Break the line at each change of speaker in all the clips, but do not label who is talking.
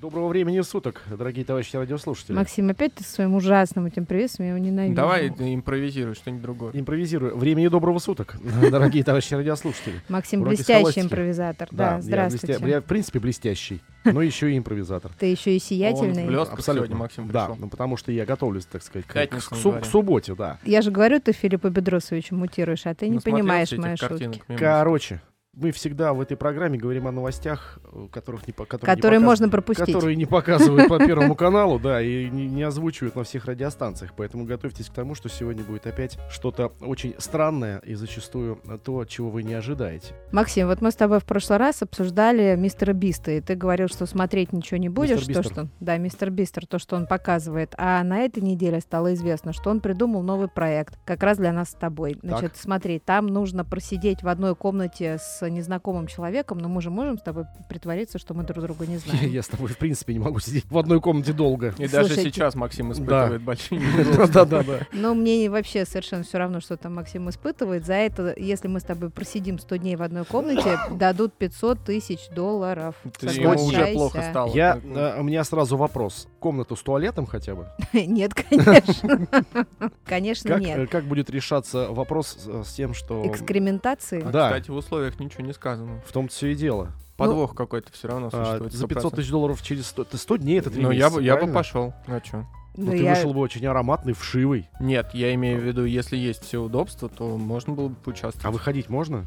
Доброго времени суток, дорогие товарищи радиослушатели.
Максим, опять ты с своим ужасным этим приветствием, я его ненавижу.
Давай э, импровизируй что-нибудь другое.
Импровизирую. Времени доброго суток, дорогие товарищи радиослушатели.
Максим,
уроки
блестящий
схоластики.
импровизатор.
Да,
Да,
я, блестя-
здравствуйте.
я, в принципе, блестящий, но еще и импровизатор.
Ты еще и сиятельный.
Он в блестках сегодня Максим
Да,
пришел.
ну потому что я готовлюсь, так сказать, к,
Пятницу,
к
мы
суб-
говорим.
к субботе, да.
Я же говорю, ты Филиппа Бедросовича мутируешь, а ты
Ну,
не
Насмотрелся
понимаешь
этих
мои
картинок
шутки.
мимо.
Короче, мы всегда в этой программе говорим о новостях, э, которых не, по- которые не
Которые
показывают-
можно пропустить.
Которые не показывают по Первому каналу, да, и не, не озвучивают на всех радиостанциях. Поэтому готовьтесь к тому, что сегодня будет опять что-то очень странное и зачастую то, чего вы не ожидаете.
Максим, вот мы с тобой в прошлый раз обсуждали мистера Биста, и ты говорил, что смотреть ничего не будешь, то,
Бистер.
что да, мистер Бистер, то, что он показывает. А на этой неделе стало известно, что он придумал новый проект, как раз для нас с тобой. Значит, смотри, там нужно просидеть в одной комнате с незнакомым человеком, но мы же можем с тобой притвориться, что мы друг друга не
Я,
знаем.
я с тобой, в принципе, не могу сидеть в одной комнате долго.
И
Слушай,
даже
ты-
сейчас Максим испытывает большие неудобства.
Да-да-да.
Но мне вообще совершенно все равно, что там Максим испытывает. За это, если мы с тобой просидим 100 дней в одной комнате, дадут 500 тысяч долларов.
Ты- Ему уже
Соглашайся.
плохо стало.
Я,
Ну,
э, у меня сразу вопрос. Комнату с туалетом хотя бы?
Нет, конечно. Конечно,
Как, э,
нет.
как будет решаться вопрос с, с тем, что...
Экскрементации.
а,
да.
Кстати, в условиях ничего не сказано.
В том-то все и дело.
Подвох какой-то все равно
А,
существует.
за 500
100%.
тысяч долларов через 100, ты 100 дней это три
Ну, я
месяца,
бы, я бы
правильно?
пошел. А чё?
Ну,
Ну,
ты
я-
вышел бы очень ароматный, вшивый.
Нет, я имею в виду, если есть все удобства, то можно было бы
А
поучаствовать.
выходить можно?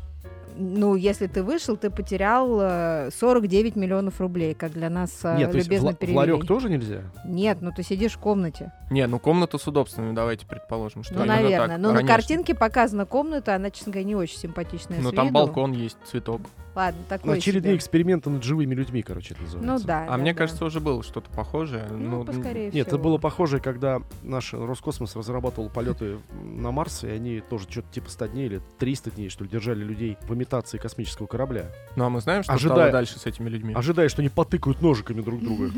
Ну, если ты вышел, ты потерял э, 49 миллионов рублей, как для нас э,
Нет, то есть в,
любезно
ла- в
перевели.
ларек тоже нельзя?
Нет, ну ты сидишь в комнате.
Не, ну комната с удобствами, давайте предположим, что
Ну,
именно
наверное.
так.
ну, на
Конечно.
картинке показана комната, она, честно говоря, не очень симпатичная
Ну
с
там
виду.
балкон есть, цветок.
Ладно, такой
Очередные
себе.
эксперименты над живыми людьми, короче, это называется.
Ну да.
А
да,
мне
да.
кажется, уже было что-то похожее.
ну, поскорее
Нет, это
всего.
было похоже, когда наш Роскосмос разрабатывал полеты на Марс, и они тоже что-то типа 100 дней или 300 дней, что ли, держали людей в имитации космического корабля,
Ну а мы знаем, что
Ожидая-
стало дальше с этими людьми.
ожидая, что они потыкают ножиками друг друга.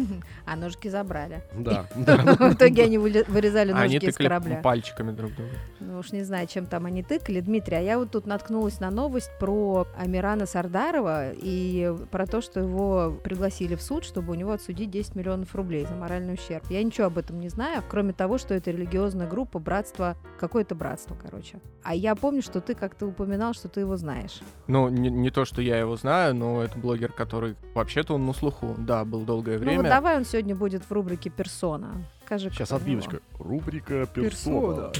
А ножки забрали.
Да, да.
В итоге они выли- вырезали
А Они
ножки из
тыкали
корабля.
пальчиками друг друга.
Ну уж не знаю, чем там они тыкали. Дмитрий, а я вот тут наткнулась на новость про Амирана Сардарова и про то, что его пригласили в суд, чтобы у него отсудить 10 миллионов рублей за моральный ущерб. Я ничего об этом не знаю, кроме того, что это религиозная группа, братство, какое-то братство, короче. А я помню, что ты как-то упоминал, что ты его знаешь.
Ну, не, не то, что я его знаю, но это блогер, который вообще-то он на слуху. Да, был
Ну
долгое
вот
время.
давай он сегодня будет в рубрике «Персона». Скажи,
Сейчас
кто у него.
отбивочка. Рубрика «Персона».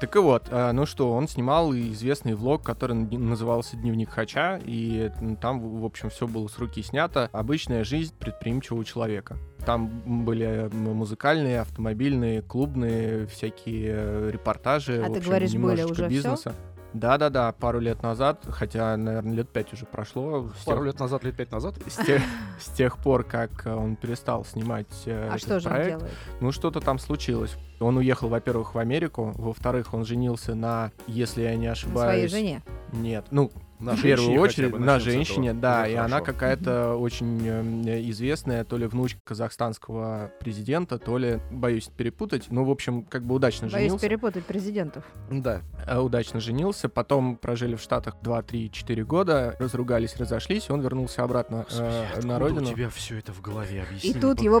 так и вот, а, ну что, он снимал известный влог, который н- назывался Дневник Хача, и м, там, в в общем, все было с руки снято. Обычная жизнь предприимчивого человека. Там были м, музыкальные, автомобильные, клубные, всякие э, репортажи.
А
в
ты
общем,
говоришь, были
немножечко
уже всё?
бизнеса. Да-да-да, пару лет назад, хотя, наверное, лет пять уже прошло. с
Пару
тех-
лет назад, лет пять назад,
с тех, с тех пор, как э, он перестал снимать э,
А
этот
что же он
проект,
делает?
ну что-то там случилось. Он уехал, во-первых, в Америку, во-вторых, он женился на, если я не
На своей
ошибаюсь,
жене.
нет, ну
На
в
женщине
первую
хотя
очередь
бы
на
начнем с
женщине,
этого.
да,
Ну,
и
хорошо.
она какая-то очень эм, известная, то ли внучка казахстанского президента, то ли, боюсь перепутать, ну в общем, как бы удачно
Боюсь
женился.
перепутать президентов.
ну Да.
Э, удачно женился, потом прожили в Штатах 2-3-4 года, разругались, разошлись, и он вернулся обратно э, на родину.
у тебя все это в голове
И тут его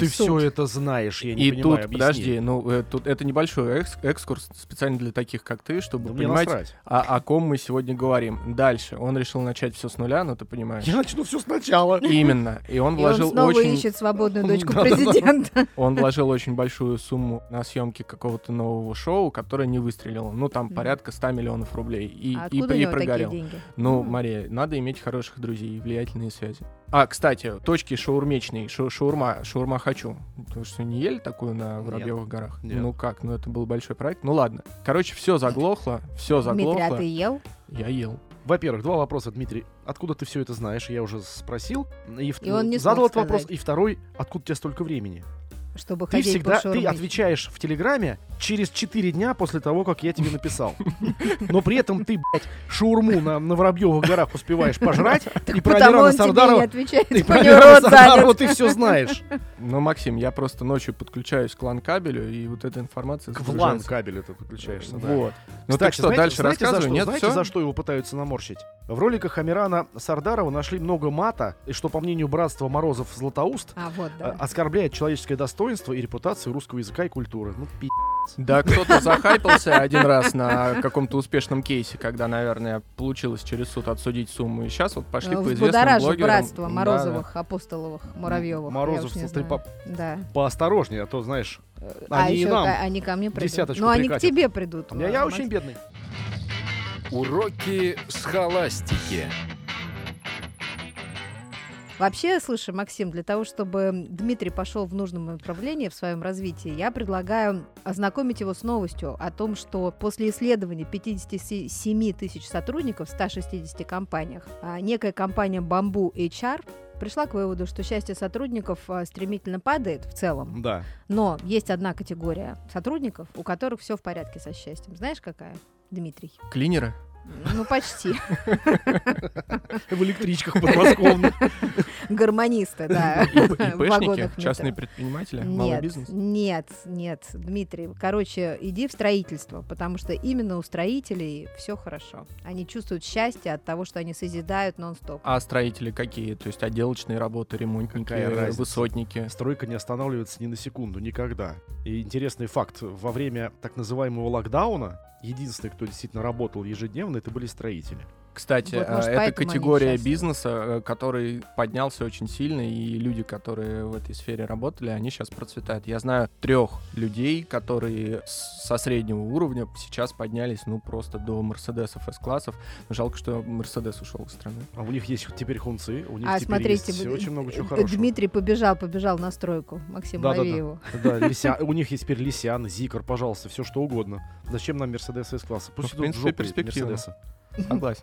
Почему ты
в суд.
все это знаешь? Я не
И
понимаю,
тут,
объясни.
подожди, ну, э, тут это небольшой экс- экскурс специально для таких, как ты, чтобы
Да Ну, мне
понимать,
насрать.
о, о ком мы сегодня говорим. Дальше. Он решил начать все с нуля, ну ты понимаешь.
Я начну все сначала.
Именно. И
И
он
он
вложил
снова
очень,
ищет свободную дочку
Да-да-да.
президента.
он вложил очень большую сумму на съемки какого-то нового шоу, которое не выстрелило. Ну там
Мгм.
порядка 100 миллионов рублей и
А
и,
откуда
и
у него такие
прогорел.
деньги?
Ну,
М.
Мария, надо иметь хороших друзей и влиятельные связи. А, кстати, точки шаурмечные, ша- шаурма, шаурма хочу. Потому что не ели такую на
Нет.
Воробьевых горах?
Нет.
Ну как, ну это был большой проект. Ну ладно. Короче, все заглохло, все
Дмитрий, а
заглохло.
ты ел?
Я ел.
Во-первых, два вопроса, Дмитрий. Откуда ты все это знаешь? Я уже спросил. И, в-
И он не
задал
смог
этот вопрос.
сказать.
И второй, откуда у тебя столько времени?
Чтобы
Ты
ходить
всегда
по
ты
шаурме?
отвечаешь в Телеграме через 4 дня после того, как я тебе написал. Но при этом ты, блядь, шаурму на, на Воробьевых горах успеваешь пожрать, и про
Потому
Амирана
он тебе не
Сардарова...
отвечает,
И
типа у
про
него
Амирана
рот
Сардарова
занят.
ты все знаешь.
Но, Максим, я просто ночью подключаюсь к лан-кабелю, и вот эта информация...
К влан
загружается.
кабель это подключаешься, да.
Вот. Ну
Кстати,
так что,
знаете- знаете,
дальше
за
рассказываю?
что,
Нет,
знаете,
всё?
за что его пытаются наморщить? В роликах Амирана Сардарова нашли много мата, и что, по мнению братства Морозов Златоуст,
А, вот,
э,
да.
оскорбляет человеческое достоинство и репутацию русского языка и культуры. Ну, пи***.
Да, кто-то захайпался один раз на каком-то успешном кейсе, когда, наверное, получилось через суд отсудить сумму. И сейчас вот пошли
Э,
по известным
Взбудоражит
блогерам.
братство
Да,
Морозовых, Апостоловых, Муравьевых. я
Морозов,
уж не
смотри,
знаю.
по-
Да.
поосторожнее, а то, знаешь,
Э,
Они
а
и
еще
нам
ко- они ко мне придут.
десяточку
Ну, они к
прикатят.
тебе придут.
я,
э,
я
Макс.
очень бедный.
Уроки схоластики.
Вообще, слушай, Максим, для того, чтобы Дмитрий пошел в нужном направлении в своем развитии, я предлагаю ознакомить его с новостью о том, что после исследования 57 тысяч сотрудников в 160 компаниях, а, некая компания Bamboo HR пришла к выводу, что счастье сотрудников а, стремительно падает в целом.
Да.
Но есть одна категория сотрудников, у которых все в порядке со счастьем. Знаешь, какая? Дмитрий.
Клинеры?
Ну, почти.
В электричках подмосковных.
Гармонисты, да. в вагонах
ИПшники?
метро.
Частные предприниматели? Малый
Нет,
бизнес?
нет, нет, Дмитрий. Короче, иди в строительство, потому что именно у строителей все хорошо. Они чувствуют счастье от того, что они созидают нон-стоп.
А строители какие? То есть отделочные работы, ремонтники,
Какая разница?
высотники?
Стройка не останавливается ни на секунду, никогда. И интересный факт. Во время так называемого локдауна единственный, кто действительно работал ежедневно, это были строители.
Кстати,
Вот,
а,
может,
это
поэтому они
категория
счастливы.
бизнеса, э, который поднялся очень сильно, и люди, которые в этой сфере работали, они сейчас процветают. Я знаю трех людей, которые с- со среднего уровня сейчас поднялись, ну, просто до Мерседесов С-классов. Жалко, что Мерседес ушел из страны.
А у них есть теперь хунцы, у них
А
теперь
смотрите,
есть
б-
очень много чего
э,
хорошего.
Дмитрий побежал, побежал на стройку Максиму
Да-да-да.
Авееву.
Да, Лися- у них есть теперь Лисян, Зикр, пожалуйста, все что угодно. Зачем нам Мерседес С-класса?
Ну, в
Пусть идут в
принципе,
жопу
перспектива.
Мерседеса.
Согласен.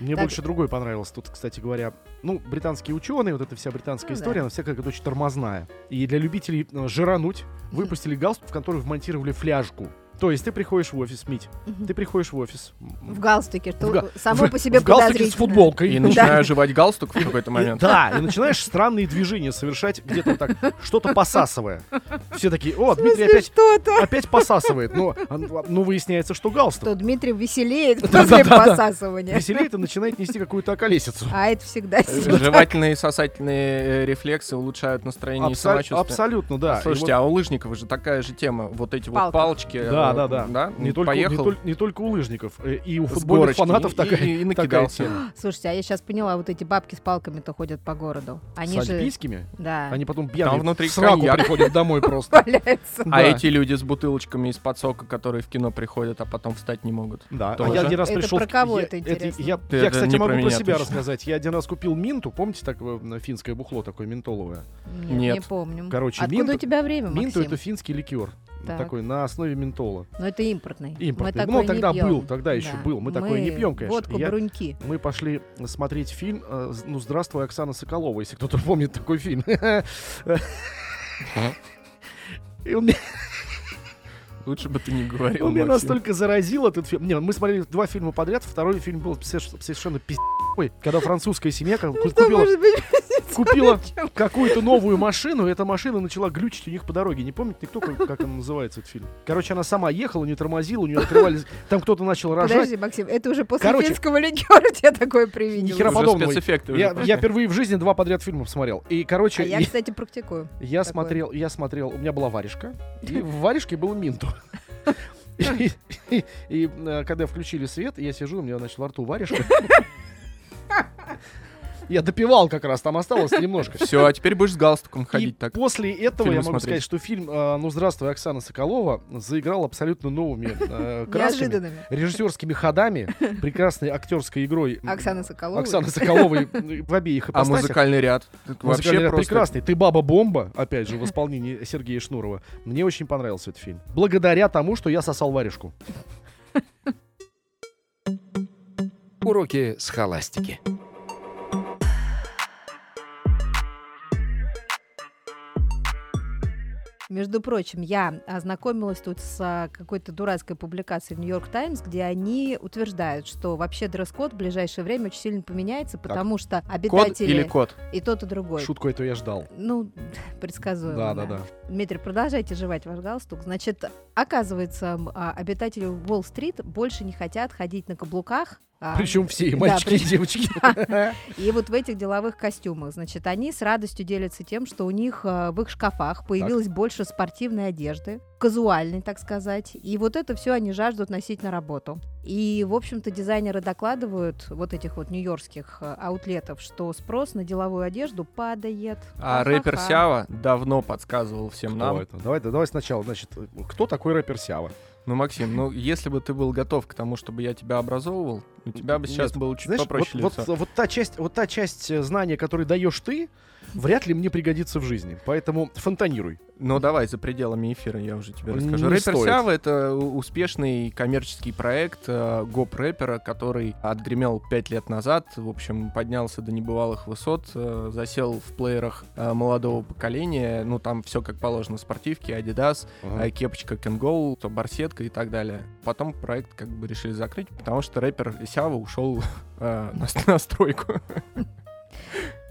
Мне
Так.
больше другой понравилось. Тут, кстати говоря, ну, британские ученые, вот эта вся британская
Ну да.
история, она всякая как-то очень тормозная. И для любителей э, жирануть выпустили галстук, в который вмонтировали фляжку. То есть ты приходишь в офис, Мить,
Мгм.
ты приходишь в офис. м,
В галстуке,
в
что
га-
само
в-
по себе
в галстуке с
подозрительно.
футболкой.
И
Да.
начинаю жевать галстук в какой-то момент.
Да, и начинаешь странные движения совершать, где-то вот так, что-то посасывая. Все такие, о,
В смысле,
Дмитрий опять,
что-то?
опять посасывает. Но, а, ну, выясняется, что галстук.
Что Дмитрий веселеет после
Да-да-да-да.
посасывания.
Веселее это начинает нести какую-то околесицу.
А это всегда сила.
Жевательные и сосательные э, рефлексы улучшают настроение и
Абсо-
самочувствие.
Абсолютно, да. И вот-
Слушайте, а у лыжников же такая же тема. Вот эти вот
Палка.
палочки. э,
Да, да, да.
да?
Не только, не,
Поехал.
толь- не только у лыжников, э, и у
с
футбольных
горочки
фанатов
и-
такая,
и- и
такая
накидался.
тема.
Слушайте, а я сейчас поняла, вот эти бабки с палками-то ходят по городу. Они
С
же...
альпийскими?
Да.
Они потом пьяные
Там внутри
в сраку
коньяк.
приходят домой просто.
Валяются.
Да.
А эти люди с бутылочками из-под сока, которые в кино приходят, а потом встать не могут.
Да, а
Тоже.
я один раз
Это
пришел... в-
про кого
я-
это интересно?
Я,
Ты-
я,
это
кстати,
не
могу
про
про
меня
себя
точно.
рассказать. Я один раз купил минту, помните, так э, финское бухло такое ментоловое?
Нет, не
Нет.
помню.
Короче,
Откуда
минту-
у тебя время,
Минту
Ну, Максим?
это финский ликер.
Так.
Такой на основе ментола.
Но это импортный.
Импортный.
Мы
Ну,
такое
тогда
не пьем.
был, тогда еще был. Мы такое не пьем, конечно.
Водку,
Я-
бруньки.
Мы пошли смотреть фильм э, з- «Ну, здравствуй, Оксана Соколова», если кто-то помнит такой фильм. И он меня-
Лучше бы ты не говорил.
Он меня
Максим.
настолько заразил этот фильм. Не, ну, мы смотрели два фильма подряд, второй фильм был соверш- совершенно пиздец, когда французская семья как-
Что
купила,
Ну, может быть?
купила
чем?
какую-то новую машину, и эта машина начала глючить у них по дороге. Не помнит никто, как, как он называется, этот фильм. Короче, она сама ехала, не тормозила, у нее открывались... Там кто-то начал рожать.
Подожди, Максим, это уже после
Короче.
финского ликера тебе такое
Ни хера
привиделось.
по-
Уже
подобного.
спецэффекты. уже
Я,
пошли.
я впервые в жизни два подряд фильма смотрел. И,
А
короче,
я,
и-
кстати, практикую.
Я
Такое.
смотрел, я смотрел, у меня была варежка, и в варежке был Минту. И, и- и, э, когда включили свет, я сижу, у меня, значит, во рту варежка. Я допивал как раз, там осталось немножко.
Все, а теперь будешь с галстуком ходить
и
так.
после этого
фильмы
я могу
смотреть.
сказать, что фильм э, «Ну здравствуй, Оксана Соколова» заиграл абсолютно новыми э, красками,
Неожиданными.
режиссерскими ходами, прекрасной актерской игрой м,
Оксана Соколова.
Оксаны Соколовой э, в обеих
А
ипостасях.
музыкальный ряд? Тут
Музыкальный
Вообще
ряд
просто...
прекрасный. Ты баба бомба, опять же, в исполнении Сергея Шнурова. Мне очень понравился этот фильм. Благодаря тому, что я сосал варежку.
Уроки схоластики.
Между прочим, я ознакомилась тут с а, какой-то дурацкой публикацией в Нью-Йорк Таймс, где они утверждают, что вообще дресс-код в ближайшее время очень сильно поменяется, потому что
Код
обитатели
или кот?
и тот, и другой.
Шутку эту я ждал.
Ну, предсказуемо.
Да, да, да.
Дмитрий, продолжайте жевать ваш галстук. Значит, оказывается, м, а, обитатели Уолл-стрит больше не хотят ходить на каблуках. а,
Причем все, и
да,
мальчики, и
причем-
девочки.
и вот в этих деловых костюмах, значит, они с радостью делятся тем, что у них э, в их шкафах появилось больше спортивной одежды, казуальной, так сказать. И вот это все они жаждут носить на работу. И, в общем-то, дизайнеры докладывают вот этих вот нью-йоркских э, аутлетов, что спрос на деловую одежду падает.
А
Ха-ха-ха.
рэпер Сява давно подсказывал всем нам.
Кто это? Давай, да, давай сначала, значит, кто такой рэпер Сява?
Ну, Максим, ну если бы ты был готов к тому, чтобы я тебя образовывал, у тебя бы сейчас было чуть
Знаешь,
попроще
вот,
лицо.
вот- вот та часть, вот та часть э, знания, которую даешь ты, вряд ли мне пригодится в жизни. Поэтому фонтанируй.
Но Ну, давай за пределами эфира я уже тебе
Не
расскажу. Рэпер
стоит.
Сява это у- успешный коммерческий проект э, гоп-рэпера, который отгремел пять лет назад, в общем, поднялся до небывалых высот, э, засел в плеерах э, молодого поколения. Ну, там все как положено, спортивки, Adidas, а, кепочка Кенгол, то барсетка и так далее. Потом проект как бы решили закрыть, потому что рэпер Сява ушел э, на, с- на стройку.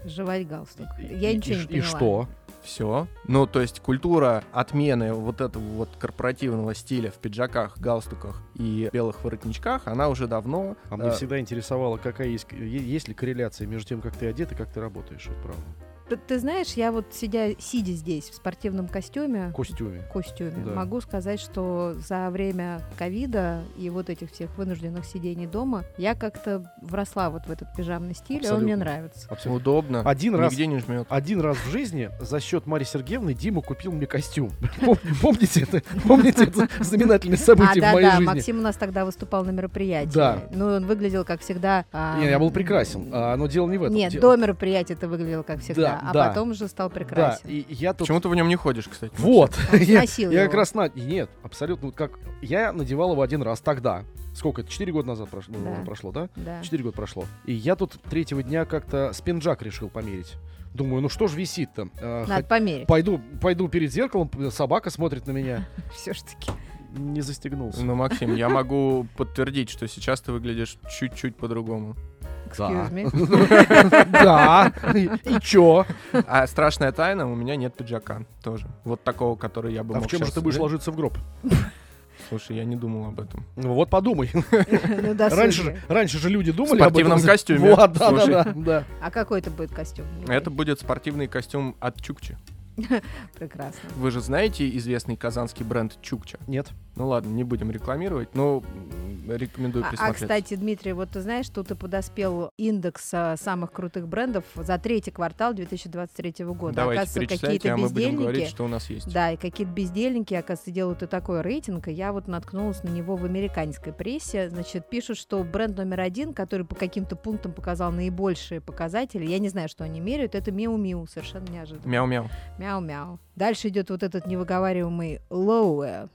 Жевать галстук.
И-
Я
и-
ничего
и
не
ш-
поняла.
И что?
Все. Ну, то есть культура отмены вот этого вот корпоративного стиля в пиджаках, галстуках и белых воротничках, она уже давно...
А мне
э,
всегда интересовало, какая есть, е- есть ли корреляция между тем, как ты одет и как ты работаешь, вот правда.
Ты, ты знаешь, я вот сидя, сидя здесь в спортивном костюме,
В костюме.
костюме.
Да.
Могу сказать, что за время ковида и вот этих всех вынужденных сидений дома я как-то вросла вот в этот пижамный стиль, и он мне
Абсолютно.
нравится.
Абсолютно.
удобно.
Один раз,
Нигде не жмет.
один раз в жизни за счет Марии Сергеевны Дима купил мне костюм. Пом- Помните это? Помните это знаменательное
А,
событие в
да,
моей
да,
жизни?
Максим у нас тогда выступал на мероприятии.
Да.
Ну, и он выглядел, как всегда... а,
Не, я был прекрасен, а, но дело не в этом.
Нет,
Де-
до мероприятия ты выглядел, как всегда, а
да.
потом уже стал
Да,
прекрасен.
и я тут
Почему ты в нем не ходишь, кстати? Максим?
Вот.
Он
Я,
сносил
я
его.
как раз на... Нет, абсолютно. вот Как... Я надевал его один раз тогда. Сколько это? Четыре года назад прошло, ну,
Да.
прошло да?
Да.
Четыре года прошло. И я тут третьего дня как-то спинджак решил померить. Думаю, ну что ж висит-то? Э,
Надо
хоть-
померить.
Пойду, пойду перед зеркалом, п- собака смотрит на меня.
Все ж таки.
Не застегнулся.
Ну, Максим, я могу подтвердить, что сейчас ты выглядишь чуть-чуть по-другому.
Excuse me.
Да. И и чё?
А страшная тайна, у меня нет пиджака тоже. Вот такого, который я бы
А в
мог
чем же
щас
ты будешь
одеть.
ложиться в гроб?
Слушай, я не думал об этом.
Ну, Вот подумай.
Ну, досуге.
Раньше, же- раньше же люди думали об
спортивном
этом.
костюме.
Вот, да, да,
Слушай.
да, да.
А какой это будет костюм?
Это будет спортивный костюм от Чукчи.
Прекрасно.
Вы же знаете известный казанский бренд Чукча.
Нет.
Ну ладно, не будем рекламировать, но м, рекомендую
А- А,
присмотреться.
кстати, Дмитрий, вот ты знаешь, что ты подоспел индекс а, самых крутых брендов за третий квартал 2023 года.
Давайте
оказывается,
перечисляйте,
какие-то
а мы будем говорить,
бездельники.
что у нас есть.
Да, и какие-то бездельники, оказывается, делают и такой рейтинг, и я вот наткнулась на него в американской прессе. Значит, пишут, что бренд номер один, который по каким-то пунктам показал наибольшие показатели, я не знаю, что они меряют, это Миу-Миу, совершенно неожиданно.
Мяу-мяу.
Мяу-мяу. Дальше идет вот этот невыговариваемый Лоуэ.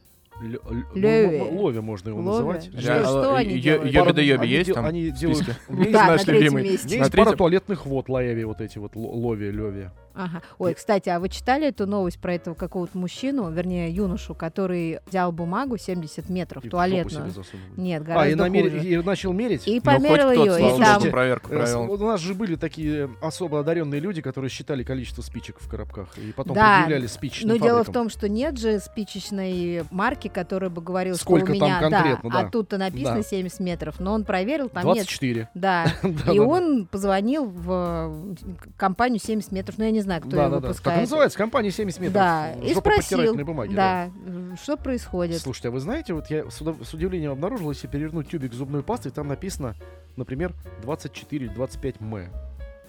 Лё- л-
Лёви.
ну, м- Лови можно его
Лови.
называть.
Что- Лё- Ну что они делают?
Йоби да
Они
Йоби есть
дел-
там?
Они
в
делают...
списке?
У меня
Да,
есть-
на
наш
третьем
любимый.
у
месте.
меня
На
есть пара
третьем.
туалетных вод Лови, вот эти вот Л- Лови, Леви.
Ага. Ой, кстати, а вы читали эту новость про этого какого-то мужчину, вернее, юношу, который взял бумагу 70 метров туалетную? Нет,
А,
гораздо
и, намер-
хуже.
и начал мерить?
И
Ну, хоть
померил
тот,
ее, и
слава богу,
там...
Слушайте,
проверку
Э, с-
провел.
У нас же были такие особо одаренные люди, которые считали количество спичек в коробках и потом
Да,
предъявляли спичечным
Но Ну, дело в
фабрикам.
том, что нет же спичечной марки, которая бы говорила,
Сколько
что у
там
меня...
конкретно, да.
А тут-то написано
Да.
70 метров, но он проверил, там нет.
24.
Да,
Да,
и
да,
он позвонил в э, компанию 70 метров, ну я не знаю,
да.
кто
Да, да, да.
ее
Так и
выпускает.
называется, компания 70 метров.
Да, и спросил,
жопоподтирательной бумаги, да.
да, э, что происходит.
Слушайте, а вы знаете, вот я с, удов- с удивлением обнаружил, если перевернуть тюбик зубной пасты, там написано, например, 24-25 м.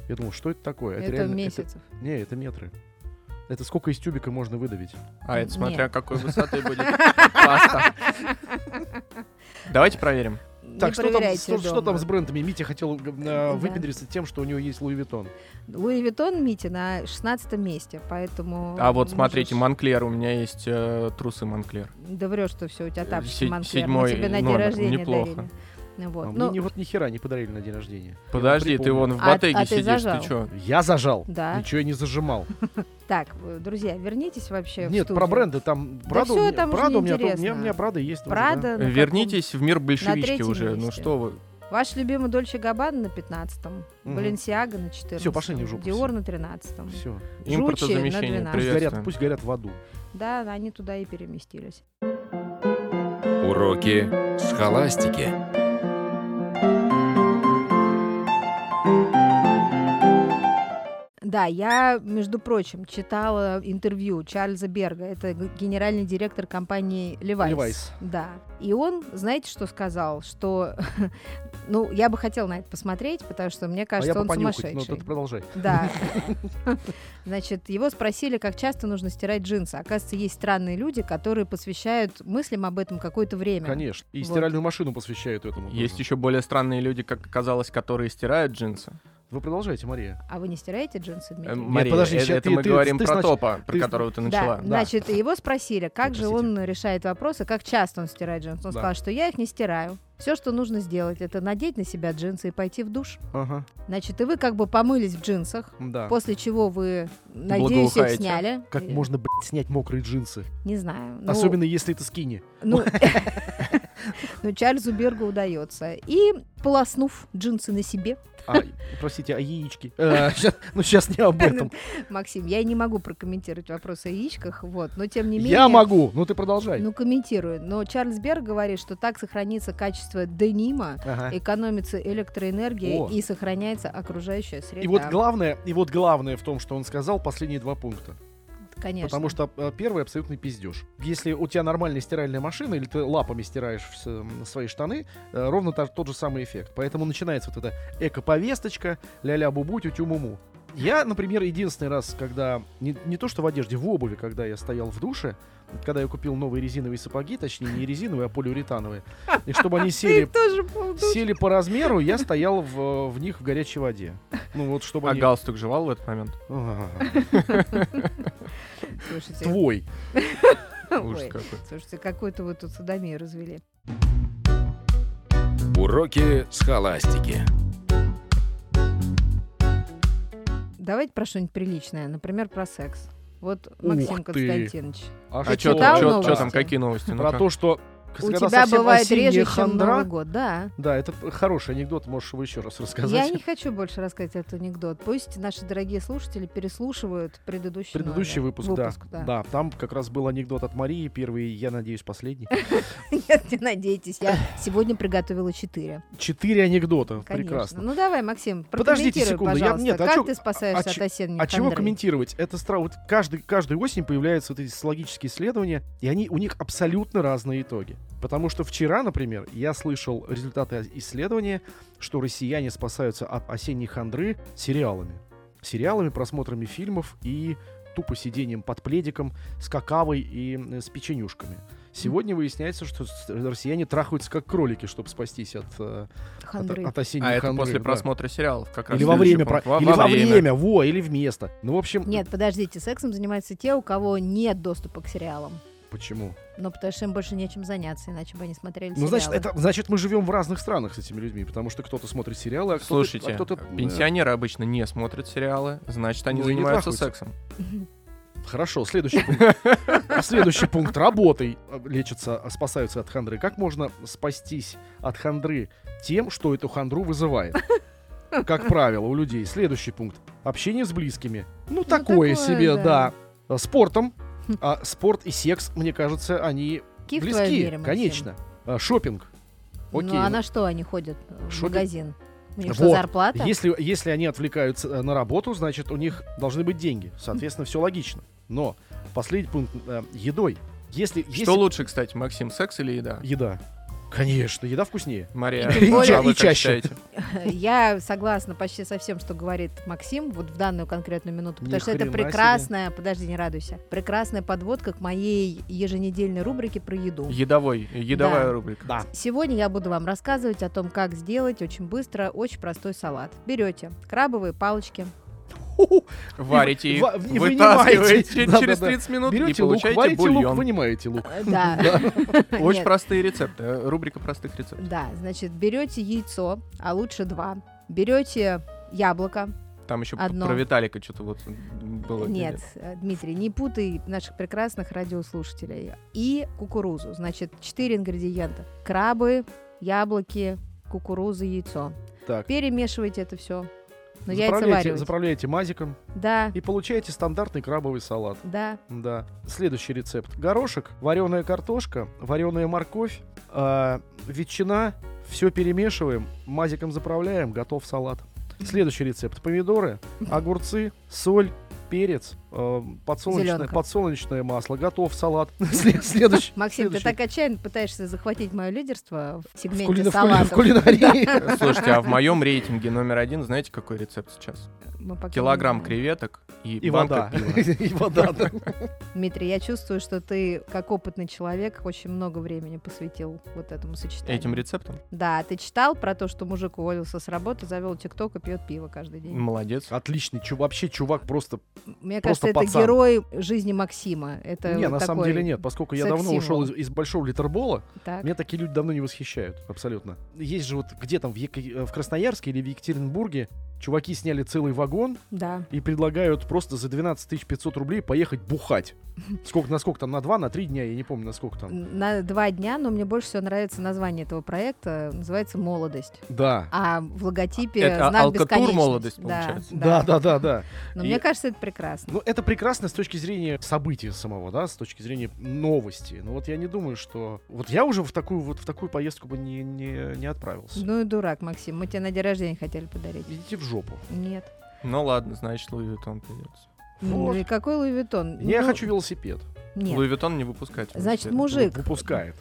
Я думал, что это такое?
Это
реально-
месяцев.
Не, это метры. Это сколько из тюбика можно выдавить?
А это смотря
Нет.
какой высоты будет паста. Давайте проверим.
Не
так, что там,
проверяйте
что, что
дома.
там с брендами? Митя хотел э,
Да.
выпендриться тем, что у него есть Луи Виттон.
Луи Виттон, Мити, на 16 месте, поэтому...
А вот
можешь-
смотрите, Монклер, у меня есть э, трусы Монклер.
Да врешь, что все, у тебя тапочки
Се-
Монклер. Мы
седьмой
тебе на день
номер,
рождения
неплохо.
дарили. Вот.
А
ну,
мне ни- вот ни хера не подарили на день рождения. Я
Подожди,
припомнил.
ты вон в
А-
Батеге
а ты
сидишь,
зажал?
ты чё?
Я зажал.
Да.
Ничего я не зажимал.
Так, э, друзья, вернитесь вообще в
Нет,
студию.
про бренды там. Прада, у
всё
меня-
это уже
Прада у меня, то- у меня, у
неинтересно.
меня Прада есть. тоже, да.
Прада. на каком-
Вернитесь в мир большевички
третьем
уже. Ну
месте.
что вы?
Ваш любимый Дольче Габбана на 15-м,
Мгм.
Баленсиага на 14-м,
Всё, пошли они в жопу
Диор на 13-м.
Все.
Импортозамещение.
на 12.
Пусть горят,
Приветствуем.
пусть горят в аду. А
Да, они туда и переместились.
Уроки схоластики.
Да, я, между прочим, читала интервью Чарльза Берга. Это г- генеральный директор компании Levi's.
Levi's.
Да. И он, знаете, что сказал? Что, ну, я бы хотела на это посмотреть, потому что
а
мне
я
кажется,
бы
он
понюхать,
сумасшедший.
но тут продолжай.
Да. Значит, его спросили, как часто нужно стирать джинсы. Оказывается, есть странные люди, которые посвящают мыслям об этом какое-то время.
Конечно. И
Вот.
стиральную машину посвящают этому. тоже.
Есть еще более странные люди, как оказалось, которые стирают джинсы.
Вы продолжаете, Мария.
А вы не стираете джинсы,
Э,
Дмитрий?
Мария,
подожди,
э-
ща
это
ты-
мы
ты-
говорим
ты
про
снач-
топа, про
ты-
которого ты
Да,
начала.
значит, и его спросили, как
Ой,
же
простите.
он решает вопросы, как часто он стирает джинсы. Он
Да.
сказал, что я их не стираю. Все, что нужно сделать, это надеть на себя джинсы и пойти в душ.
Ага.
Значит, и вы как бы помылись в джинсах,
Да.
после чего вы, надеюсь, их
Благоухаете.
сняли.
Как
Э,
можно, блядь, снять мокрые джинсы?
Не знаю. ну,
Особенно если это скини.
Ну, ну, Чарльзу Бергу удается. И полоснув джинсы на себе,
А, простите, а яички? Э, щас- Ну, сейчас не об этом.
Максим, я не могу прокомментировать вопрос о яичках, вот, но тем не менее...
Я могу, ну ты продолжай.
Ну, комментирую. Но Чарльз Берг говорит, что так сохранится качество денима,
Ага.
экономится электроэнергия
Э. О.
и сохраняется окружающая среда. А,
И вот главное, и вот главное в том, что он сказал, последние два пункта.
Конечно.
Потому что э, первый абсолютный пиздеж. Если у тебя нормальная стиральная машина, или ты лапами стираешь с- м, свои штаны, э, ровно та- тот же самый эффект. Поэтому начинается вот эта эко-повесточка, ля-ля бубу тю муму Я, например, единственный раз, когда... Не, не то, что в одежде, в обуви, когда я стоял в душе, когда я купил новые резиновые сапоги, точнее, не резиновые, а полиуретановые, и чтобы они
Ты
сели,
тоже полдушка.
сели по размеру, я стоял в, в них в горячей воде. Ну вот, чтобы
А
они...
галстук жевал в этот момент?
А,
Слушайте,
Твой.
ой,
Ужас какой.
слушайте, какую-то вы тут садомию развели.
Уроки схоластики.
Давайте про что-нибудь приличное, например, про секс. Вот,
Ух
Максим
ты.
Константинович,
А
чё
что
читал
там,
новости?
какие новости? Ну Ну-ка.
Ну Про то, что...
у
когда
тебя
совсем
бывает
осенняя
реже, чем
хандра-
Новый год, да.
Да, это п- хороший анекдот, можешь его еще раз
Я
рассказать.
не хочу больше рассказать этот анекдот. Пусть наши дорогие слушатели переслушивают предыдущий,
Предыдущий
номер.
выпуск, да.
да.
Да, там как раз был анекдот от Марии, первый, я надеюсь, последний.
Нет, не надейтесь, я сегодня приготовила четыре.
Четыре анекдота,
Конечно.
прекрасно.
Ну давай, Максим,
Подождите секунду,
прокомментируй,
я-
пожалуйста,
нет, а
как
чё-
ты
а
спасаешься
чё-
от осенних
А чего
хандрей?
комментировать? Это стра... вот каждый, каждую осень появляются вот эти социологические исследования, и они у них абсолютно разные итоги. Потому что вчера, например, я слышал результаты о- исследования, что россияне спасаются от осенней хандры сериалами. Сериалами, просмотрами фильмов и тупо сидением под пледиком с какавой и м, с печенюшками. Сегодня выясняется, что с- россияне трахаются как кролики, чтобы спастись от, э, от,
Хандры.
от осенней
А это
хандры,
после
да.
просмотра сериалов как раз.
Или во
следующий
время,
пункт.
про- или во время. во, или вместо. Ну, в общем,
Нет, подождите, сексом занимаются те, у кого нет доступа к сериалам.
почему?
Но потому что им больше нечем заняться, иначе бы они смотрели
Ну, значит,
сериалы.
это, значит, мы живем в разных странах с этими людьми, потому что кто-то смотрит сериалы, а кто-то...
Слушайте,
а кто-то, э,
пенсионеры обычно не смотрят сериалы, значит, они
Ну и не
занимаются
трахаются.
сексом.
Хорошо, следующий пункт. А Следующий пункт. Работой э, лечатся, а, спасаются от хандры. Как можно спастись от хандры тем, что эту хандру вызывает? Как правило, у людей. Следующий пункт. Общение с близкими. Ну, такое
такое,
себе,
да.
да. А, Спортом. А спорт и секс, мне кажется, они
Какие в твоем
близки.
мире, Максим?
Конечно. А, Шопинг. Окей.
Ну а на что они ходят в
Шопинг?
магазин? У них что,
Вот.
зарплата?
Если, если они отвлекаются э, на работу, значит, у них должны быть деньги. Соответственно, все логично. Но последний пункт э, едой. Если, если-
Что лучше, кстати, Максим, секс или еда?
Еда. Конечно, еда вкуснее.
Мария,
И тем
а
более-
вы
и
как
чаще.
считаете?
Я согласна почти со всем, что говорит Максим вот в данную конкретную минуту,
Ни
потому что это
хрена себе.
прекрасная, подожди, не радуйся, прекрасная подводка к моей еженедельной рубрике про еду.
Едовой, едовая
Да.
рубрика.
Да.
Сегодня я буду вам рассказывать о том, как сделать очень быстро, очень простой салат. Берете крабовые палочки,
ху-ху-ху,
Варите их,
ва- в- и вынимаете.
вытаскиваете
Да,
через
да, да.
30 минут и
берете лук,
Ну, получаете
варите лук,
бульон.
вынимаете лук.
э, Да.
Очень
Нет.
простые рецепты. э, Рубрика простых рецептов.
Да, значит, берете яйцо, а лучше два. Берете яблоко.
Там еще
Одно.
про Виталика что-то вот было. где
Нет, э, Дмитрий, не путай наших прекрасных радиослушателей. И кукурузу. Значит, четыре ингредиента. Крабы, яблоки, кукуруза, яйцо.
Так.
Перемешивайте это все. Но Ну, яйца
Заправляете,
варивать.
заправляете мазиком
Да,
и получаете стандартный крабовый салат.
да.
Да. Следующий рецепт. Горошек, вареная картошка, вареная морковь, э, ветчина. Все перемешиваем, мазиком заправляем, готов салат. Следующий рецепт. Помидоры, огурцы, соль, перец, э, подсолнечное,
Зелёнка.
подсолнечное масло, готов салат. След- Следующий.
Максим,
следующий.
ты так отчаянно пытаешься захватить мое лидерство в
В
сегменте
кулина- в кулина- в
салатов.
кулинарии.
Э, Слушайте, а в моем рейтинге номер один, знаете, какой рецепт сейчас?
Мы пока не
Килограмм
знаем.
креветок и,
И
банка
вода.
пива.
И вода, да.
Дмитрий, я чувствую, что ты, как опытный человек, очень много времени посвятил вот этому сочетанию.
Этим рецептом?
Да, ты читал про то, что мужик уволился с работы, завел тикток и пьет пиво каждый день.
Молодец.
Отличный. чу- Вообще, чувак просто
Мне
просто
кажется, это
пацан.
герой жизни Максима. Это
не,
вот
на самом
такой-
деле нет, поскольку я давно ушел
секс-символ.
из, из большого литербола,
Так.
меня такие люди давно не восхищают, абсолютно. Есть же вот где там, в, Ека- э, в Красноярске или в Екатеринбурге, чуваки сняли целый вагон
Да.
и предлагают просто за 12 500 рублей поехать бухать. Сколько, на сколько там, на два, на три дня, я не помню, на сколько там.
На два дня, но мне больше всего нравится название этого проекта. Называется «Молодость».
Да.
А в логотипе
Это
знак
алкотур
бесконечности.
«Молодость»
Да,
получается.
Да, да, да, да.
Но
И-
мне кажется, это прекрасно.
Ну, это прекрасно с точки зрения события самого, да, с точки зрения новости. Но вот я не думаю, что... Вот я уже в такую, вот, в такую поездку бы не, не, не отправился.
Ну и дурак, Максим. Мы тебе на день рождения хотели подарить.
Идите в жопу.
Нет.
Ну ладно, значит, Луи Виттон придется.
Ну
Вот.
и какой Луи Виттон?
Я
Ну,
хочу велосипед.
Нет.
Луи Виттон не выпускать.
Значит,
муж...
мужик.
Выпускает.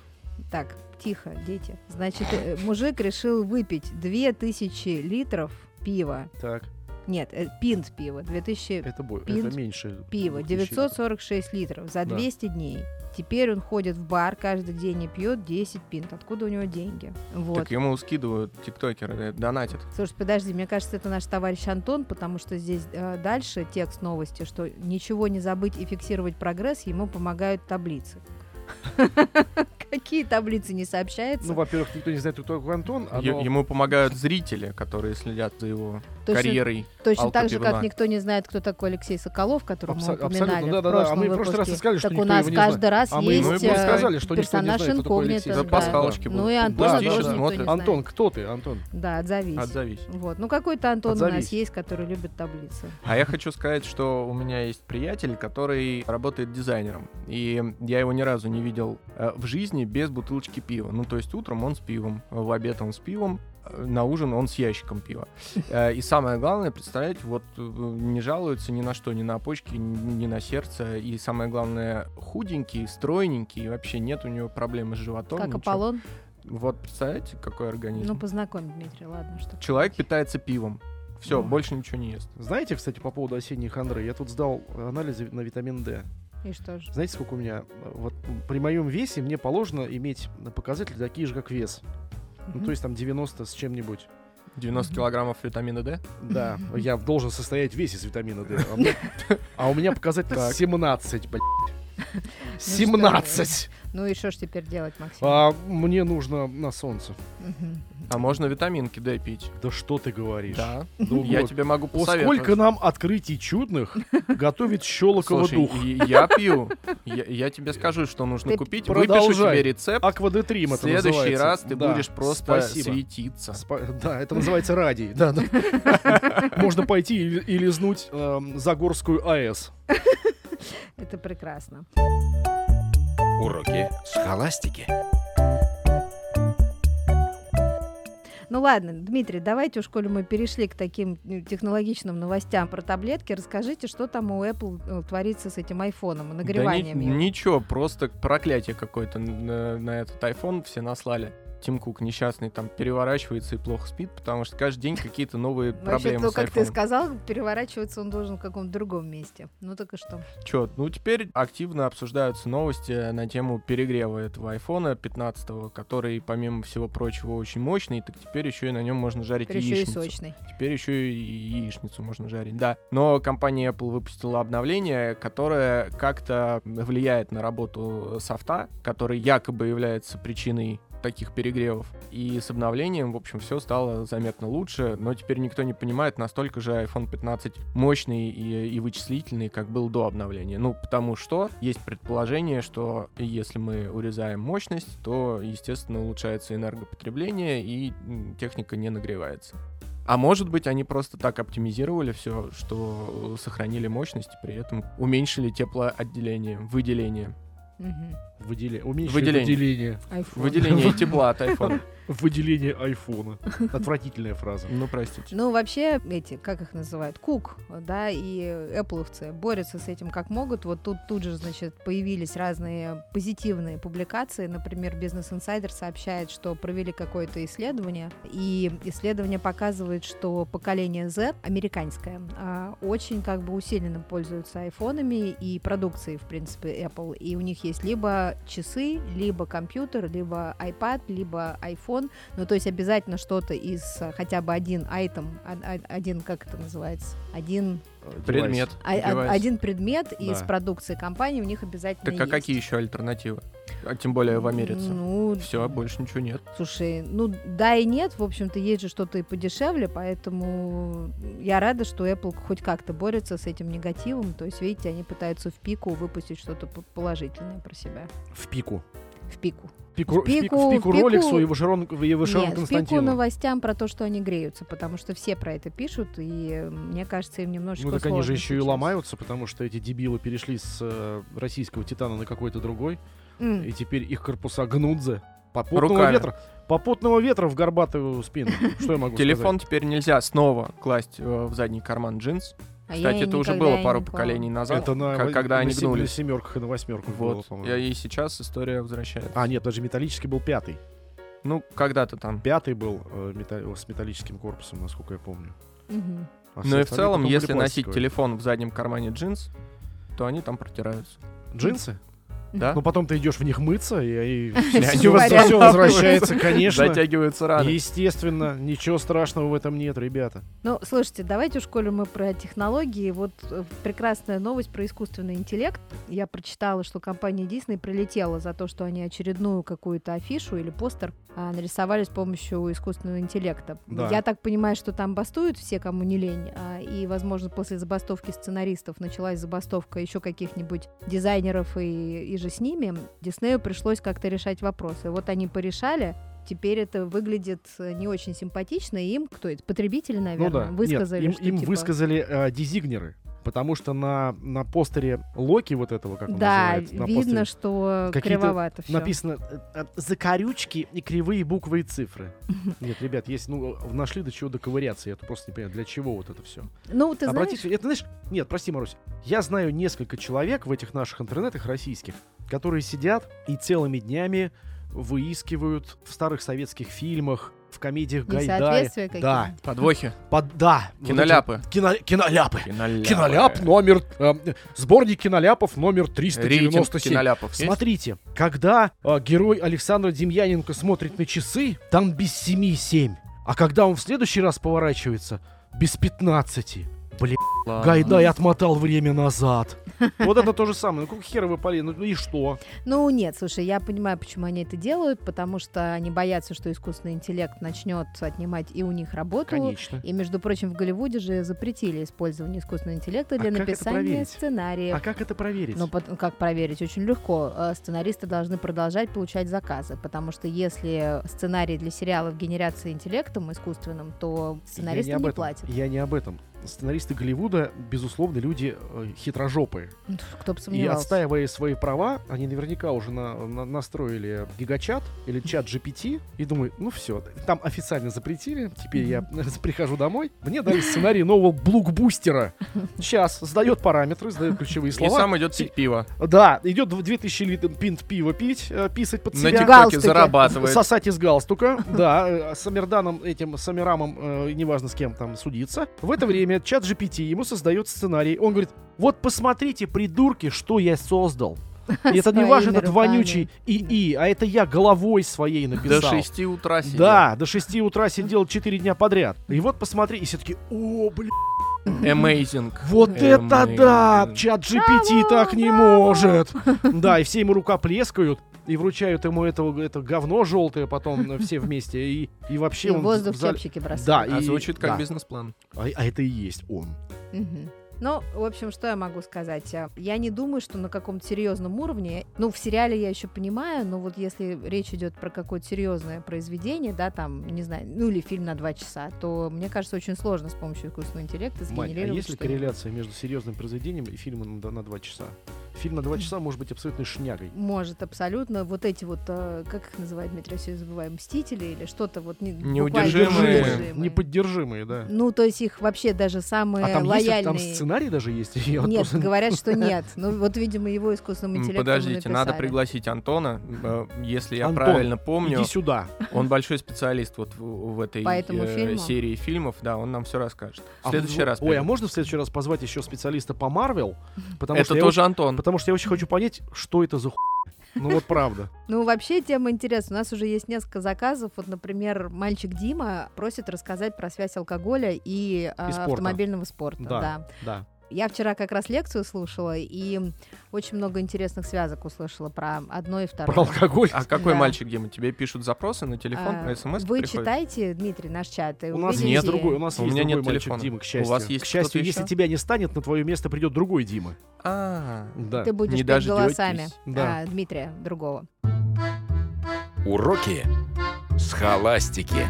Так, тихо, дети. Значит, э, мужик решил выпить 2000 литров пива.
Так,
Нет, э, пинт пива. 2000
это будет.
Пинт
Это меньше.
пива.
двух тысяч литров.
946 литров за
Да.
200 дней. Теперь он ходит в бар каждый день и пьет 10 пинт. Откуда у него деньги? Вот.
Так ему скидывают тиктокеры, э, донатят.
Слушай, подожди, мне кажется, это наш товарищ Антон, потому что здесь э, дальше текст новости, что ничего не забыть и фиксировать прогресс, ему помогают таблицы. Какие таблицы не
Ну,
сообщается?
во-первых, никто не знает, кто такой Антон. а
Е-
но-
Ему помогают зрители, которые следят за его
Точно
карьерой.
Точно так же,
Алкопивна.
как никто не знает, кто такой Алексей Соколов, которого
Абсо-
мы
абсолютно,
упоминали в
да-да-да,
прошлом
а мы в прошлый раз
выпуске.
и сказали, что
Так у
никто
нас
его не знает.
каждый раз
А мы
есть
ему
и
э,
сказали, что никто не
персонаж
знает, кто такой Алексей
инкогнито.
Да,
Соколов.
Да.
пасхалочки
Ну и
будут.
Да, да,
Антона тоже
да.
никто не
Смотрят.
знает.
Антон, кто ты, Антон?
Да, отзовись.
Отзовись.
Вот. Ну, какой-то Антон у нас
Отзовись.
есть, который любит таблицы.
А я хочу сказать, что у меня есть приятель, который работает дизайнером. И я его ни разу не видел э, в жизни без бутылочки пива. Ну, то есть утром он с пивом, в обед он с пивом, э, на ужин он с ящиком пива. Э, И самое главное, представляете, вот э, не жалуется ни на что, ни на почки, ни ни на сердце. И самое главное, худенький, стройненький, и вообще нет у него проблемы с животом.
как
ничего.
Аполлон.
Вот представляете, какой организм.
Ну, познакомь, Дмитрий, ладно. Что ты.
Человек питается пивом. Все, больше ничего не ест.
Знаете, кстати, по поводу осенней хандры, я тут сдал анализы на витамин D.
И что же?
Знаете, сколько у меня? э, Вот при моем весе мне положено иметь показатели такие же, как вес. Ну, то есть там 90 с чем-нибудь.
90 килограммов витамина D.
Да, я должен состоять весь из витамина D. А мне- А у меня показатель
Так.
17, блядь. 17!
Ну и что ж теперь делать, Максим?
А мне нужно на солнце.
Мгм.
А можно витаминки Д пить?
Да что ты говоришь?
Да.
Ну
Я
вот.
тебе могу
О,
посоветовать.
сколько нам открытий чудных готовит Щелокова
Слушай,
дух?
и- я пью. Я, я тебе скажу, что нужно
Ты
купить. Выпишу
продолжай.
тебе рецепт.
Аква де Трим
В
это
следующий
называется.
раз ты
Да.
будешь просто
Спасибо.
светиться.
Спа- Да, это называется радий. Да, да. Можно пойти и, и лизнуть эм, Загорскую АЭС.
Это прекрасно.
Уроки схоластики.
Ну ладно, Дмитрий, давайте уж, коли мы перешли к таким э, технологичным новостям про таблетки, расскажите, что там у Apple э, творится с этим айфоном и
Да ни-
нагреванием его.
ничего, просто проклятие какое-то на, на этот iPhone все наслали. Тим Кук несчастный там переворачивается и плохо спит, потому что каждый день какие-то новые
Вообще,
проблемы
то,
с
Ну, как ты
iPhone.
сказал, переворачиваться он должен в каком-то другом месте. Ну так и что?
Чё, ну теперь активно обсуждаются новости на тему перегрева этого айфона 15, который, помимо всего прочего, очень мощный, так теперь еще и на нем можно жарить
Теперь еще и
яичницу.
сочный.
Теперь еще и яичницу можно жарить, да. Но компания Apple выпустила обновление, которое как-то влияет на работу софта, который якобы является причиной таких перегревов. И с обновлением, в общем, все стало заметно лучше, но теперь никто не понимает, настолько же iPhone 15 мощный и, и вычислительный, как был до обновления. Ну, потому что есть предположение, что если мы урезаем мощность, то, естественно, улучшается энергопотребление и м, техника не нагревается. А может быть, они просто так оптимизировали все, что э, сохранили мощность, при этом уменьшили теплоотделение, выделение.
Мгм.
Выделя... уменьшили
Выделение.
выделение.
Ну,
iPhone.
Выделение тепла от iPhone.
Выделение айфона. Отвратительная фраза.
Ну, простите.
Ну, вообще, эти, как их называют, Кук, да, и Эппловцы борются с этим как могут. Вот тут тут же, значит, появились разные позитивные публикации. Например, Business Insider сообщает, что провели какое-то исследование, и исследование показывает, что поколение Z, американское, а, очень как бы усиленно пользуются айфонами и продукцией, в принципе, Apple. И у них есть либо часы, либо компьютер, либо iPad, либо iPhone. Ну, то есть обязательно что-то из а, хотя бы один айтем, а- а- один, как это называется, один,
Э,
Девайс.
Предмет.
а- а-
девайс.
один предмет из
Да.
продукции компании у них обязательно
Так а какие еще альтернативы? А тем более в Америце.
Ну,
Все, больше ничего нет.
слушай, ну да и нет, в общем-то, есть же что-то и подешевле, поэтому я рада, что Apple хоть как-то борется с этим негативом, то есть, видите, они пытаются в пику выпустить что-то п- положительное про себя,
В пику.
в пику.
Пику-
В
в пику,
пику,
в
в
пику
пику-
Роликсу и Вашерон, и Вашерон
Нет, в пику
Константину.
новостям про то, что они греются, потому что все про это пишут, и э, мне кажется, им немножечко
Ну так они же
сложно
еще и
сейчас.
ломаются, потому что эти дебилы перешли с э, российского Титана на какой-то другой,
М.
и теперь их корпуса гнутся. Попутного
Руками.
ветра. Попутного ветра в горбатую спину. Что я могу сказать?
Телефон теперь нельзя снова класть э, в задний карман джинс.
А я
Кстати,
и
это уже
никогда
было
и
пару
не клала.
поколений назад,
Это на,
ко- когда
на
они
сем- на
гнулись.
семерках и на восьмерках было,
Вот.
по-моему.
И сейчас история возвращается.
А, нет, даже металлический был пятый.
Ну, когда-то там.
Пятый был э, метал- с металлическим корпусом, насколько я помню.
Мгм.
А все
Ну и в
остальные
целом,
потом были
если носить
пластиковые.
телефон в заднем кармане джинс, то они там протираются.
Джинсы?
Да?
Ну потом ты идешь в них мыться, и,
Всё
все,
варят.
возвращается, конечно.
Затягиваются раны.
Естественно, ничего страшного в этом нет, ребята.
Ну, слушайте, давайте уж, коли мы про технологии, вот э, прекрасная новость про искусственный интеллект. Я прочитала, что компания Disney прилетела за то, что они очередную какую-то афишу или постер а, нарисовали с помощью искусственного интеллекта.
Да.
Я так понимаю, что там бастуют все, кому не лень, а, и, возможно, после забастовки сценаристов началась забастовка еще каких-нибудь дизайнеров и, и же с ними. Диснею пришлось как-то решать вопросы. Вот они порешали, теперь это выглядит э, не очень симпатично, и им, кто это, потребители, наверное,
ну да,
высказали,
нет,
что,
им, им
типа,
высказали э, дизигнеры, потому что на, на постере Локи вот этого, как он
Да,
называется, на
видно,
постере
что
какие-то
кривовато все.
написано э, э, закорючки и кривые буквы и цифры. Нет, ребят, есть, ну, нашли до чего доковыряться, я тут просто не понимаю, для чего вот это все.
Ну, ты
Обратите, это знаешь, нет, прости, Марусь, я знаю несколько человек в этих наших интернетах российских, которые сидят и целыми днями выискивают в старых советских фильмах, в комедиях
знаешь,
Гайдая.
несоответствия какие-то.
Да,
Подвохи.
под, да. вот эти
Киноляпы.
вот кино- киноляпы.
Киноляпы.
Киноляп номер... э, сборник киноляпов номер
Рейтинг
397.
киноляпов есть?
Смотрите, когда э, герой Александра Демьяненко смотрит на часы, там без семи семь. А когда он в следующий раз поворачивается, без 15.
Ладно.
Гайдай отмотал время назад. Вот это то же самое. Ну, какого хера вы полили? Ну, ну и что?
Ну, нет, слушай, я понимаю, почему они это делают, потому что они боятся, что искусственный интеллект начнет отнимать и у них работу.
Конечно.
И, между прочим, в Голливуде же запретили использование искусственного интеллекта
А
для
как это
написания
проверить?
сценариев.
А как это проверить?
Ну, пот- как проверить? Очень легко. Э, Сценаристы должны продолжать получать заказы, потому что если сценарий для сериалов генерации интеллектом искусственным, то
Я не
сценаристы
об
не
этом.
платят.
Я не об этом. сценаристы Голливуда, безусловно, люди э, хитрожопые.
Ну, Кто бы
И
сомневался.
отстаивая свои права, они наверняка уже на- на- настроили гигачат или чат GPT и думают, ну все, там официально запретили, теперь я прихожу домой, мне дали сценарий нового блокбустера. Сейчас сдает параметры, сдает ключевые
И
слова.
сам идет
Ти-
пить пиво.
Да, идет 2000 литров пинт пива пить, э, писать под
На
себя.
ТикТоке
Галстуки.
зарабатывает.
Сосать из галстука, да, э, с Амирданом, этим, с Амирамом, э, неважно с кем там судиться. В это время чат GPT ему создает сценарий. Он говорит, вот посмотрите, придурки, что я создал. И это не
Своими
важно, этот
руками.
вонючий ИИ, а это я головой своей
До
написал.
6 утра сидел.
Да, до 6 утра сидел 4 дня подряд. И вот посмотри, и все таки о, блин,
Amazing.
вот это
Amazing.
да! Чат GPT
Браво,
так не
браво.
может! Да, и все ему рука плескают. И вручают ему это, это говно желтое потом э, все вместе. И, и вообще
И
он...
воздух в
зал-
чепчики бросает.
Да,
А
и-
звучит как
да.
бизнес-план.
А, а это и есть он.
Мгм. Ну, в общем, что я могу сказать? А, Я не думаю, что на каком-то серьезном уровне, ну, в сериале я еще понимаю, но вот если речь идет про какое-то серьезное произведение, да, там, не знаю, ну или фильм на два часа, то мне кажется, очень сложно с помощью искусственного интеллекта
Мань, а
сгенерировать.
есть ли
что-нибудь.
корреляция между серьезным произведением и фильмом на, д- на два часа? Фильм на два часа может быть абсолютной шнягой.
Может, абсолютно. Вот эти вот, э, как их называют, Дмитрий, я все забываю, мстители или что-то вот не, буквально
Неудержимые.
неудержимые.
Неподдержимые, да.
Ну, то есть их вообще даже самые
а там
лояльные.
есть, там сценарий даже есть? Я вот
Нет,
просто-
говорят, что нет. Ну, вот, видимо, его искусственным
М,
интеллектом и
Подождите, надо
написали.
пригласить Антона. Э, Если я
Антон,
правильно помню,
Иди сюда.
он большой специалист вот в в этой
По этому
э,
фильму?
серии фильмов. Да, он нам все расскажет. В
А
следующий
вот-
раз.
Ой, а
приду.
можно в следующий раз позвать еще специалиста по Марвел? Потому
Это
что я
тоже Антон.
Потому что я очень хочу понять, что это за ху... Ну вот правда.
Ну, вообще тема интересна. У нас уже есть несколько заказов. Вот, например, мальчик Дима просит рассказать про связь алкоголя и, э,
И спорта.
автомобильного спорта.
Да.
да.
Да.
Я вчера как раз лекцию слушала и очень много интересных связок услышала про одно и второе.
Про алкоголь.
А какой
Да.
мальчик, Дима? Тебе пишут запросы на телефон,
А,
на смс
Вы
приходят?
читаете, Дмитрий, наш чат? и
У нас
увидите-
есть другой, у нас
У
есть
меня
другой
нет
мальчик
телефона.
Дима, к счастью.
вас есть
к счастью,
кто-то
если
еще?
тебя не станет, на твое место придет другой Дима.
А,
Да.
Ты будешь
Не
петь
дождётесь.
голосами
Да.
а, Дмитрия другого.
Уроки схоластики.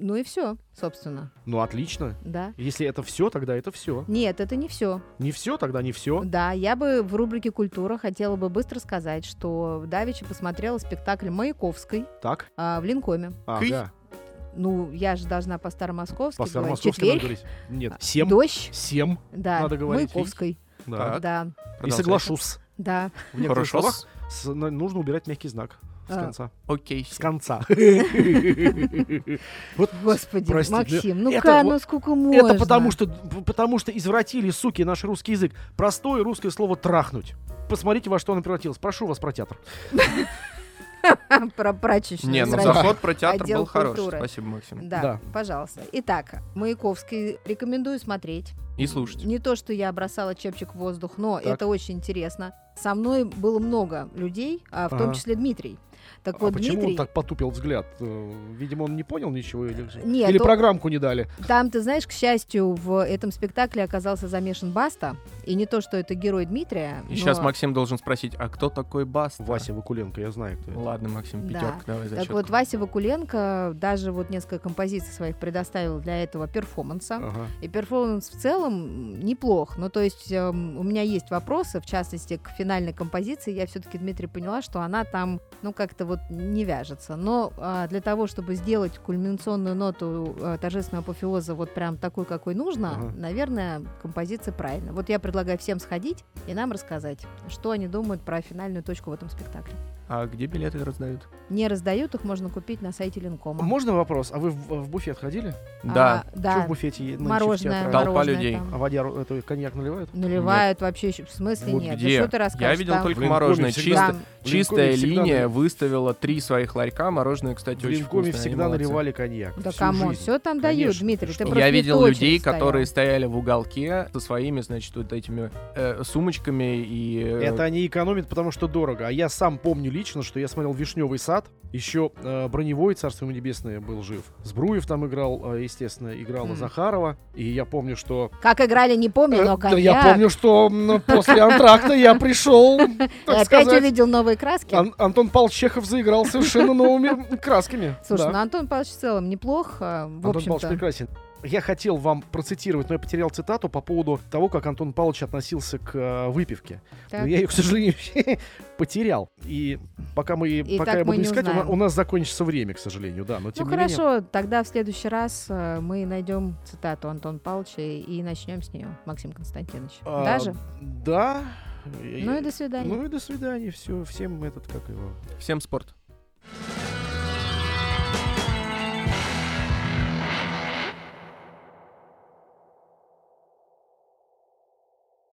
Ну и все, собственно,
Ну отлично.
да.
Если это все, тогда это все.
Нет, это не все.
Не все, тогда не все.
Да, я бы в рубрике «Культура» хотела бы быстро сказать, что Давича посмотрела спектакль Маяковской
Так?
а, в Линкоме.
А,
Кысь.
да.
Ну, я же должна по старомосковски
По
говорить.
старомосковски надо говорить. Нет.
А,
Семь.
дождь,
Семь.
да,
надо говорить.
Маяковской,
Да.
Так.
да,
И
продолжайте.
соглашусь.
да.
В некоторых
Хорошо.
словах с- на- нужно убирать мягкий знак. С
А.
конца.
Окей.
С конца.
Господи,
Прости, да.
Максим, ну
Это
ка,
вот-
ну сколько можно?
Это потому что, потому что извратили, суки, наш русский язык. Простое русское слово «трахнуть». Посмотрите, во что оно превратилось. Прошу вас про театр.
Про прачечную.
Не, ну
сразу.
заход про театр
Отдел
был хороший.
культуры.
Спасибо, Максим.
Да,
Да.
пожалуйста. Итак, Маяковский рекомендую смотреть.
И слушайте.
Не то, что я бросала чепчик в воздух, но
Так.
это очень интересно. Со мной было много людей, а, в том
Ага.
числе Дмитрий. Так
А
вот,
почему
Дмитрий,
он так потупил взгляд? Э, Видимо, он не понял ничего или,
Э, Нет,
или
он-
программку не дали.
там, ты знаешь, к счастью, в этом спектакле оказался замешан Баста. И не то, что это герой Дмитрия.
И сейчас
но-
Максим должен спросить, а кто такой Баста?
Вася Вакуленко, я знаю, кто это.
Ладно, Максим,
Да.
пятерка, давай
Так
зачетку.
вот, Вася Вакуленко даже вот несколько композиций своих предоставил для этого перформанса.
Ага.
И перформанс в целом м, неплох. Ну, то есть эм, у меня есть вопросы, в частности, к финальной композиции. Я все-таки, Дмитрий, поняла, что она там, ну, как-то вот не вяжется. Но а, для того, чтобы сделать кульминационную ноту э, торжественного апофеоза вот прям такой, какой нужно,
Ага.
наверное, композиция правильно. Вот я предлагаю всем сходить и нам рассказать, что они думают про финальную точку в этом спектакле.
А где билеты раздают?
Не раздают, их можно купить на сайте Линкома.
Можно вопрос? А вы в, в буфет ходили?
А,
Да.
Что
да.
в буфете е- нынче в
Мороженое,
театрах?
Толпа
мороженое
людей.
там.
А воде ру- эту коньяк наливают?
Наливают вообще ещё- В смысле
Вот
нет? Да
где?
что ты расскажешь?
Я видел
там?
только
В Линкоме
мороженое.
всегда-
Чисто-
Там
Чистая
Линкоме всегда
линия
налив-
выставила три своих ларька. Мороженое, кстати,
в
очень
Линкоме
вкусное. они
всегда
молодцы.
наливали коньяк.
Да
всю
камон,
жизнь.
все там дают,
Конечно, ты
Дмитрий. Ты
что?
просто
Я
не
видел
точно
людей,
стоял.
которые стояли в уголке со своими, значит, вот этими э, сумочками и... э,
Это они экономят, потому что дорого. А я сам помню лично, что я смотрел «Вишневый сад», еще э, Броневой, царство ему небесное, был жив. Сбруев там играл, э, естественно, играла
Мгм.
Захарова. И я помню, что...
Как играли, не помню, Хм. Ну, но
Э,
коньяк.
да, я помню, что м, ну, после антракта я пришел,
И
так
э, опять
сказать.
увидел новые краски.
Ан- Антон Павлович Чехов заиграл совершенно новыми красками.
Слушай,
Да.
ну Антон Павлович в целом неплох, а, в
Антон
общем-то.
Павлович прекрасен. Я хотел вам процитировать, но я потерял цитату по поводу того, как Антон Павлович относился к э, выпивке.
Так.
Но я ее, к сожалению, потерял. И пока мы,
И
пока
так
я
мы
буду
не
искать, у на-
узнаем.
у, нас закончится время, к сожалению, да. Но тем
Ну
не менее,
хорошо, тогда в следующий раз э, мы найдем цитату Антона Павловича и начнем с нее, Максим Константинович.
а,
Даже?
Да.
Ну и до свидания.
Ну и до свидания. Все, всем этот как его.
Всем спорт.